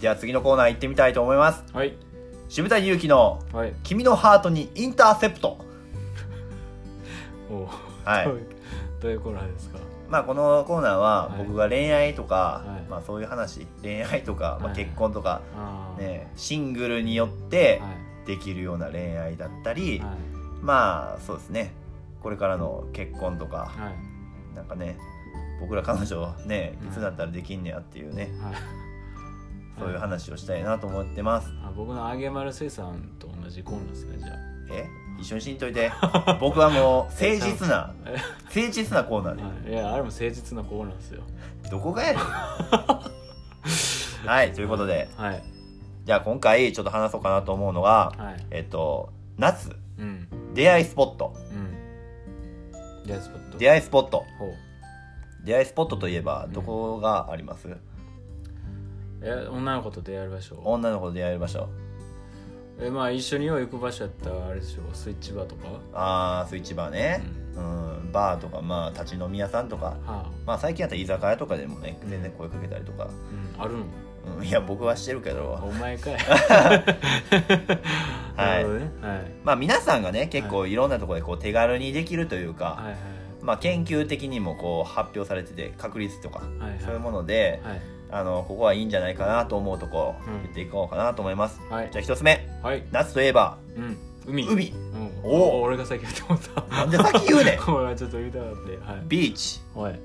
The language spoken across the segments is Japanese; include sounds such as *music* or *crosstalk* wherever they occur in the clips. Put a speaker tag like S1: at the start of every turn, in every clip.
S1: じゃあ次のコーナー行ってみたいと思います
S2: はい
S1: 渋谷祐希の
S2: はい
S1: 「君のハートにインターセプト
S2: お」
S1: はい
S2: どういう *laughs* どういうコーナーですか
S1: まあこのコーナーは
S2: はい
S1: 僕が恋愛とか、
S2: はい
S1: まあそういう話恋愛とか、ま
S2: は
S1: あ、
S2: い
S1: 結婚とか、
S2: あー
S1: ね、シングルによって
S2: は
S1: できるような恋愛だったり、
S2: いはい
S1: まあそうですねこれからの結婚とか、
S2: はい
S1: なんかね僕ら彼女ね
S2: うん
S1: いつになったらできんねやっていうね
S2: はい
S1: そういう
S2: はい
S1: 話をしたいなと思ってます
S2: あ僕のあげまる水産と同じコーナーですねじゃ
S1: え一緒にしんといて僕は *laughs* もう誠実な
S2: え
S1: 誠実なコーナー
S2: あ
S1: で、
S2: はいいやあれも誠実なコーナーですよ
S1: どこが *laughs* やねんはいということで
S2: はい
S1: じゃあ今回ちょっと話そうかなと思うのが
S2: はい
S1: えっと夏
S2: うん
S1: 出会いスポット
S2: うん出会いスポット
S1: 出会いスポット
S2: ほう
S1: 出会いスポットといえばどこがあります、
S2: え女の子と出会える場所
S1: 女の子と出会える場所
S2: えまあ一緒によう行く場所やったらあれでしょスイッチバーとか
S1: あースイッチバーねうん、バーとかまあ立ち飲み屋さんとか
S2: はあ
S1: まあ最近やったら居酒屋とかでもね全然声かけたりとか、
S2: うんあるん
S1: うん、いや僕はしてるけど
S2: お前か
S1: *laughs*
S2: い *laughs*
S1: は
S2: ないるほどねはい
S1: まあ皆さんがね結構いろんなところでこう手軽にできるというか、
S2: はい
S1: まあ研究的にもこう発表されてて確率とか
S2: はいはい
S1: そういうもので、
S2: はい
S1: あのここはいいんじゃないかなと思うとこ
S2: うん
S1: 言っていこうかなと思います、
S2: はい
S1: じゃあ一つ目
S2: はい
S1: 夏といえば
S2: うん海
S1: 海
S2: うん
S1: お
S2: お俺が先言って思った
S1: なんで先言う
S2: *laughs*
S1: ねん
S2: 俺はちょっと言いたかったはい
S1: ビーチ
S2: はい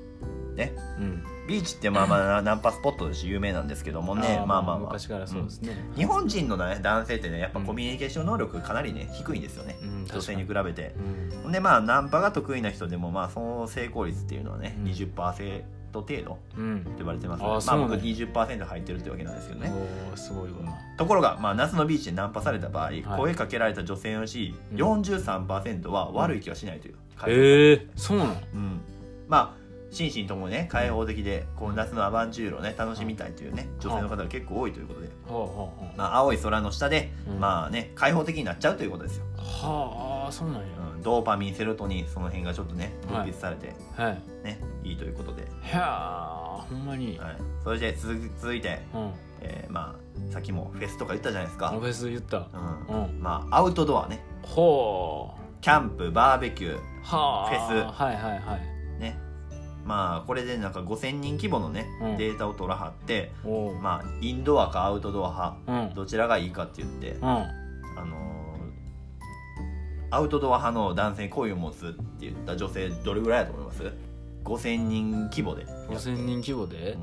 S1: ね
S2: うん
S1: ビーチってまあまあナンパスポットとして有名なんですけどもね
S2: ー
S1: まあまあまあ
S2: 昔からそうですね
S1: うん日本人の、ね、男性ってねやっぱコミュニケーション能力かなりね低いんですよね、
S2: うん
S1: 女性に比べて
S2: うん
S1: ほんでまあナンパが得意な人でもまあその成功率っていうのはね、
S2: うん
S1: 20%程度と
S2: うん
S1: 言われてます、
S2: あー
S1: ま
S2: そ
S1: あ
S2: うなん
S1: 僕
S2: だ
S1: 20%入ってるってわけなんですけどね
S2: おーすごいわ
S1: ところが、まあ、夏のビーチでナンパされた場合、声かけられた女性のうち
S2: うん
S1: 43%は悪い気はしないという回答
S2: ええそうなの
S1: うん、まあ心身ともね開放的でこう夏のアバンチュールをね楽しみたいというね
S2: うん
S1: 女性の方が結構多いということで、
S2: はあはあ
S1: まあ、青い空の下で、
S2: うん
S1: まあね開放的になっちゃうということですよ、
S2: はあそうなんや
S1: うん、ドーパミンセロトニンその辺がちょっとね分
S2: はい
S1: 泌されて、
S2: はい
S1: ね、いいということで、
S2: へあほんまに
S1: はい、それで続続いて、
S2: うん
S1: えーまあさっきもフェスとか言ったじゃないです
S2: オ
S1: か
S2: フ、ェス言った
S1: う
S2: うんん
S1: まあアウトドアね
S2: ほう
S1: キャンプバーベキュ
S2: はあ
S1: フェス
S2: はいはいはい
S1: ーねまあこれでなんか5,000人規模のね、
S2: うん
S1: データを取らはって、
S2: おう
S1: まあ、インドアかアウトドア派
S2: うん
S1: どちらがいいかって言って、
S2: うん
S1: あのーアウトドア派の男性に好意を持つって言った女性どれぐらいやと思います5000人規模で、
S2: 5000人規模で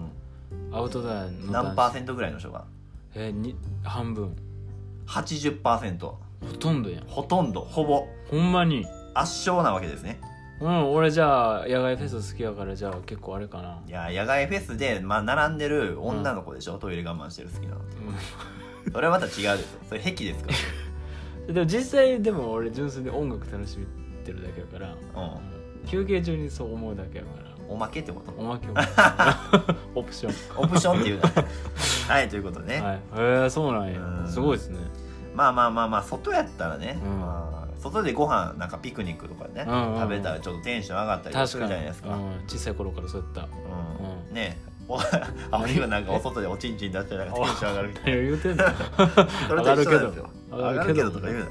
S1: う
S2: アウトドアの
S1: ん、何パーセ
S2: ント
S1: ントぐらいの人が
S2: えに半分
S1: 80%
S2: ほとんどやん
S1: ほとんどほぼ
S2: ほんまに
S1: 圧勝なわけですね
S2: うん俺じゃあ野外フェス好きやからじゃあ結構あれかない
S1: や野外フェスで、まあ、並んでる女の子でしょ、トイレ我慢してる好きなのってそれはまた違うですよそれ癖ですか
S2: でも実際でも俺純粋に音楽楽しみてるだけやから
S1: ら、うん、
S2: 休憩中にそう思うだけやから
S1: おまけってこと
S2: お
S1: *laughs*
S2: まけをオプション
S1: オプションっていうな
S2: *laughs*
S1: はいということでね、
S2: はいへえそうなん
S1: うん
S2: やすごいですね
S1: まあまあまあまあ外やったらね、
S2: うん
S1: まあ外でご飯なんかピクニックとかね、
S2: うんうんうん
S1: 食べたらちょっとテンション上がったりする
S2: 確か
S1: じゃない
S2: に
S1: ですか、うん
S2: うん小さい頃からそうやったうん
S1: ねお *laughs* あるいはなんかお外でおちんちん出してなんかテンション上がるみたい
S2: 何を言うてんの
S1: なそれと
S2: 上が
S1: 一
S2: る
S1: 緒
S2: け
S1: な
S2: ど
S1: んですよ上
S2: 上
S1: が
S2: が
S1: る
S2: る
S1: け
S2: け
S1: ど
S2: ど
S1: とか言う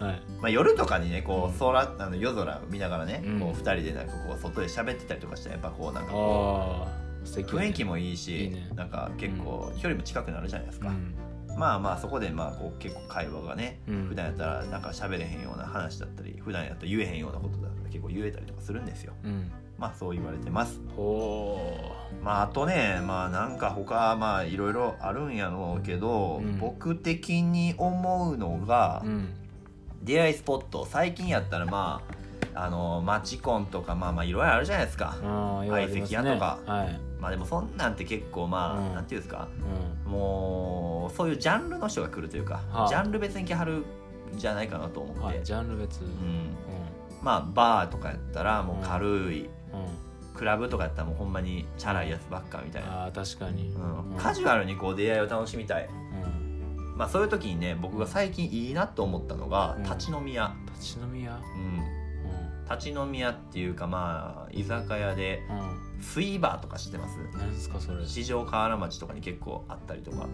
S1: な、
S2: はい
S1: まあ、夜とかにねこ
S2: うん
S1: う空あの夜空見ながらね、
S2: うん
S1: こう2人でなんかこう外で喋ってたりとかしたらやっぱこうなんかこ
S2: ああ素
S1: う
S2: 敵やね
S1: 雰囲気もいいし
S2: いいね
S1: なんか結構距離も近くなるじゃないです
S2: う
S1: か、
S2: ん
S1: まあまあそこでまあこう結構会話がね、
S2: うん
S1: 普段やったらなんか喋れへんような話だったり普段やったら言えへんようなことだったら結構言えたりとかするんですよ
S2: うん
S1: まあそう言われてます
S2: ほ
S1: まああとねまあなんか他まあいろいろあるんやろうけど、
S2: うん
S1: 僕的に思うのが
S2: う、うん
S1: 出会いスポット最近やったらまああのマチコンとかまあまあいろいろあるじゃないですか、
S2: ああよくあります
S1: 相
S2: ね
S1: 席屋とか
S2: はい
S1: まあでもそんなんって結構まあ、
S2: うん
S1: なんていうんですか
S2: うん
S1: もうそういうジャンルの人が来るというか、
S2: はあ
S1: ジャンル別に来はるんじゃないかなと思って、
S2: はいジャンル別う
S1: うんん、まあバーとかやったらもう軽い、
S2: うん
S1: クラブとかやったらもうほんまにチャラいやつばっかみたいな、
S2: ああ確かに
S1: うん
S2: うん
S1: カジュアルにこう出会いを楽しみたい
S2: うん
S1: まあそういう時にね僕が最近いいなと思ったのが
S2: うん
S1: 立ち飲み屋、
S2: 立ち飲み屋
S1: うん
S2: うん
S1: 立ち飲み屋っていうかまあ居酒屋で
S2: うん
S1: スイーバーとか知ってます
S2: 何ですかそれ
S1: 市場河原町とかに結構あったりとか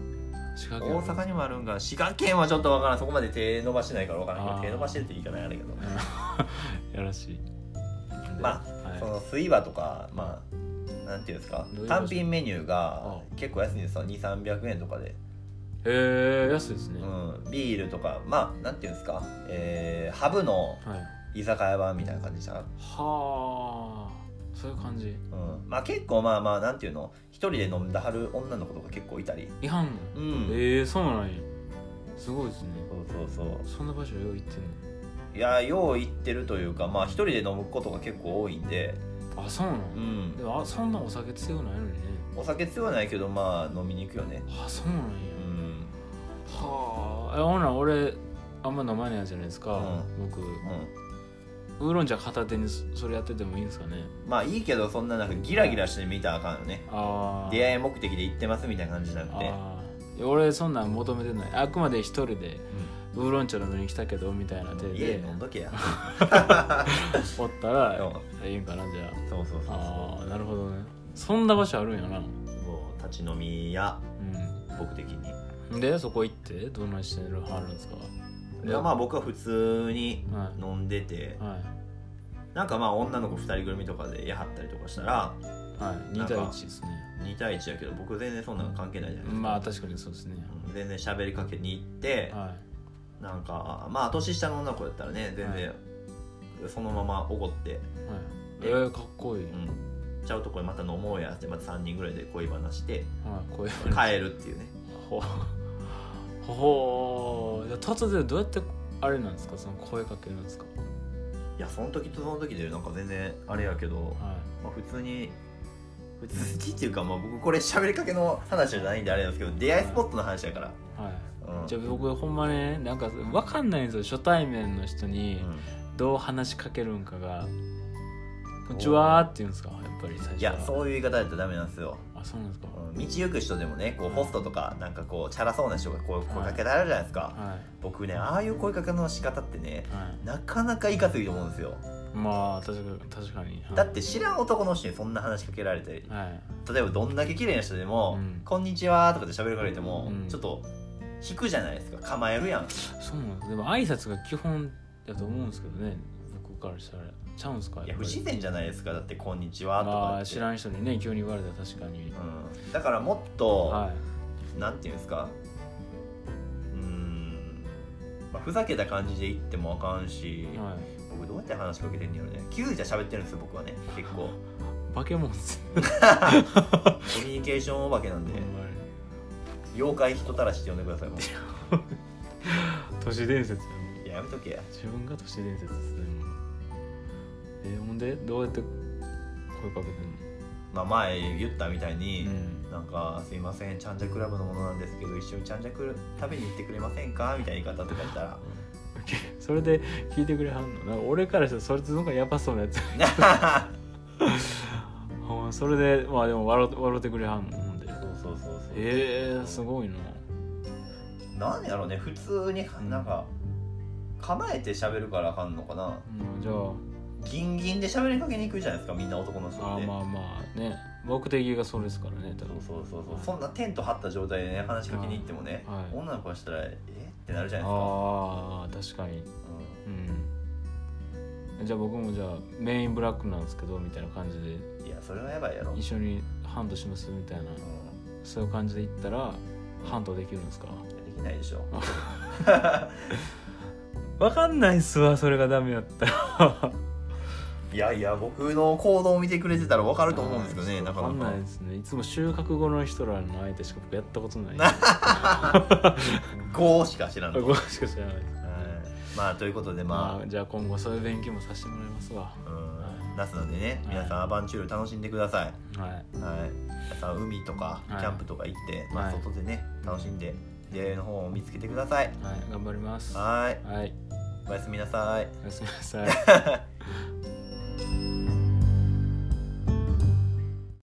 S2: 仕掛け
S1: 大阪にもあるんか滋賀県はちょっとわからんそこまで手伸ばしてないからわからんけ
S2: あ
S1: ど
S2: ー
S1: 手伸ばしてるって言い方ないあれけど、
S2: やらしい
S1: ま
S2: あ、はい
S1: そのスイーバーとかまあなんていうんですか
S2: どういう場所
S1: 単品メニューが結構安いんですよ2 3 0 0円とかで、
S2: へえ安いですね、
S1: う
S2: は
S1: ん、ビールとかまあなんていうんですか、えーハブの
S2: い
S1: 居酒屋版みたいな感じでしたかな
S2: はあそういう感じ
S1: うん、まあ結構まあまあなんていうの一人で飲んだはる女の子とか結構いたり
S2: 違反
S1: うん
S2: ええそうなんやすごいですね
S1: そうそうそう
S2: そんな場所よう行ってん
S1: いやよう行ってるというかまあ一人で飲むことが結構多いんで
S2: のあそうなん、
S1: うん
S2: でもあそんなお酒強くないのにね
S1: お酒強いないけどまあ飲みに行くよね
S2: あそうなんや
S1: うん
S2: はあえほな俺あんま飲まないやつじゃないですか、
S1: う
S2: 僕
S1: う
S2: ウ
S1: ん
S2: ーロン茶片手にそそれやっててもいいんですかね
S1: まあいいけどそんななんかギラギラして見たらあかんよね
S2: ああ
S1: 出会い目的で行ってますみたいな感じじゃなくて
S2: あーいや俺そんなん求めてないあくまで一人でウーロン茶飲みに来たけどみたいな手
S1: 家で
S2: で
S1: 飲んどけや
S2: おった
S1: う
S2: ら
S1: ん
S2: いいんかなじゃ
S1: そうそうそう
S2: ああ
S1: そ
S2: あなるほどねそんな場所あるんやな
S1: うもう立ち飲み屋僕的に
S2: うんでそこ行ってどんなしてるはるんですか
S1: いやまあ僕は普通に
S2: は
S1: 飲んでて
S2: いはい
S1: なんかまあ女の子2人組とかでやはったりとかしたら
S2: はい
S1: な
S2: 2
S1: んか
S2: 対1ですね
S1: 2対1やけど僕全然そんなの関係ないじゃないですか、
S2: まあ確かにそうですね
S1: うん全然喋りかけに行って、
S2: は
S1: なんかまあ年下の女の子だったらね全然、そのまま怒って、
S2: いはいえー、かっこいい、
S1: うん、ちゃうとこでまた飲もうやってまた3人ぐらいで恋話して
S2: はいこういう
S1: 帰るっていうね
S2: ほほほーじゃあ突然どうやってあれなんですかその声かけるんですか
S1: いやその時とその時でなんか全然あれやけど、
S2: は
S1: まあ、普通に普通にっていうか、まあ、僕これ喋りかけの話じゃないんであれなんですけど出会いスポットの話やから、
S2: いはい
S1: うん
S2: じゃあ僕ほんまねなんかわかんないんですよ初対面の人
S1: う
S2: に
S1: ん
S2: どう話しかけるんかが「こんにちは」って言うんですかやっぱり最初
S1: いや
S2: う
S1: そういう言い方やったらダメなんですよ
S2: あそうなんですか
S1: うん道行く人でもねこうホストとかなんかこうチャラそうな人がこう声かけられるじゃないですか
S2: は
S1: 僕ねああいう声かけの仕方ってね
S2: いはい
S1: なかなかいかついと思うんですよ
S2: まあ確かに確かにはい
S1: だって知らん男の人にそんな話しかけられて
S2: はい
S1: 例えばどんだけ綺麗な人でも「
S2: うん
S1: こんにちは」とかで喋りかけても、
S2: うん
S1: ちょっと引くじゃないですか構えるやん
S2: そうなんですでも挨拶が基本だと思うんですけどね僕からしたらちゃうんですか
S1: い
S2: や
S1: や
S2: っ
S1: 不
S2: ぱり
S1: 自然じゃないですかだって「こんにちは」と
S2: ま
S1: か
S2: あ
S1: って
S2: 知らん人にね急に言われたら確かに、
S1: うん、だからもっと、
S2: はい
S1: なんていうんですかうーん、まあ、ふざけた感じで言ってもあかんし、
S2: は
S1: 僕どうやって話しかけてんのやろねキューじゃ喋ってるんですよ僕はね結
S2: *laughs*
S1: 構
S2: い化け物っすね
S1: コミュニケーションお化けなんで妖怪人たらしって呼んでくださいもう
S2: 都市伝説やも
S1: いややめとけや
S2: う自分が都市伝説ですねもうえーほんでどうやって声かけて
S1: まあ前言ったみたいに、
S2: んの、うん *laughs*
S1: なんか「すいませんチャンジャクラブのものなんですけど一緒にチャンジャク食べに行ってくれませんか?」みたいな言い方とか言ったら
S2: それで聞いてくれはんのなんか俺からしたらそれってなんかやばそうなや *laughs* つほんまそれでまあでも笑う笑ってくれはんのほんで
S1: そうそうそうそう
S2: えー、すごいな
S1: なんやろうね普通になんか構えて喋るからあかんのかな
S2: うんじゃ
S1: ギンギンで喋りかけに行くじゃないですかみんな男の人
S2: ああ
S1: っ
S2: ー
S1: て、
S2: まあまあね目的がそれですからね多
S1: そう
S2: 分
S1: そうそうそうそんなテント張った状態でね話しかけに行ってもね、
S2: はい
S1: 女の子がしたら「えってなるじゃないですか、
S2: ああ確かにうんじゃあ僕もじゃあメインブラックなんですけどみたいな感じで
S1: うんいやそれはやばいやろ、うん
S2: 一緒にハントしますみたいなそういう感じで行ったらハントできるんですか
S1: できないでしょ
S2: わかんないっすわそれがダメやったら
S1: いやいや僕の行動を見てくれてたら分かると思うんですけどねなか
S2: わかん
S1: なか
S2: ないですねいつも収穫後の人らの相手しか僕やったこと *laughs* ない
S1: 5しか知らんの、
S2: 僕しか知らないです
S1: はいまあということで
S2: ま
S1: ま
S2: あじゃあ今後そういう勉強もさせてもらいますわ
S1: あ、うん、ナスなんでね皆さんアバンチュール楽しんでください
S2: はい
S1: はい、皆さん海とかキ
S2: はい
S1: ャンプとか行って、まあ、
S2: はい
S1: 外でね楽しんで出会いの方を見つけてください
S2: はい頑張りますは
S1: はい
S2: い
S1: おやすみなさい
S2: おやすみなさい
S1: Ha ha.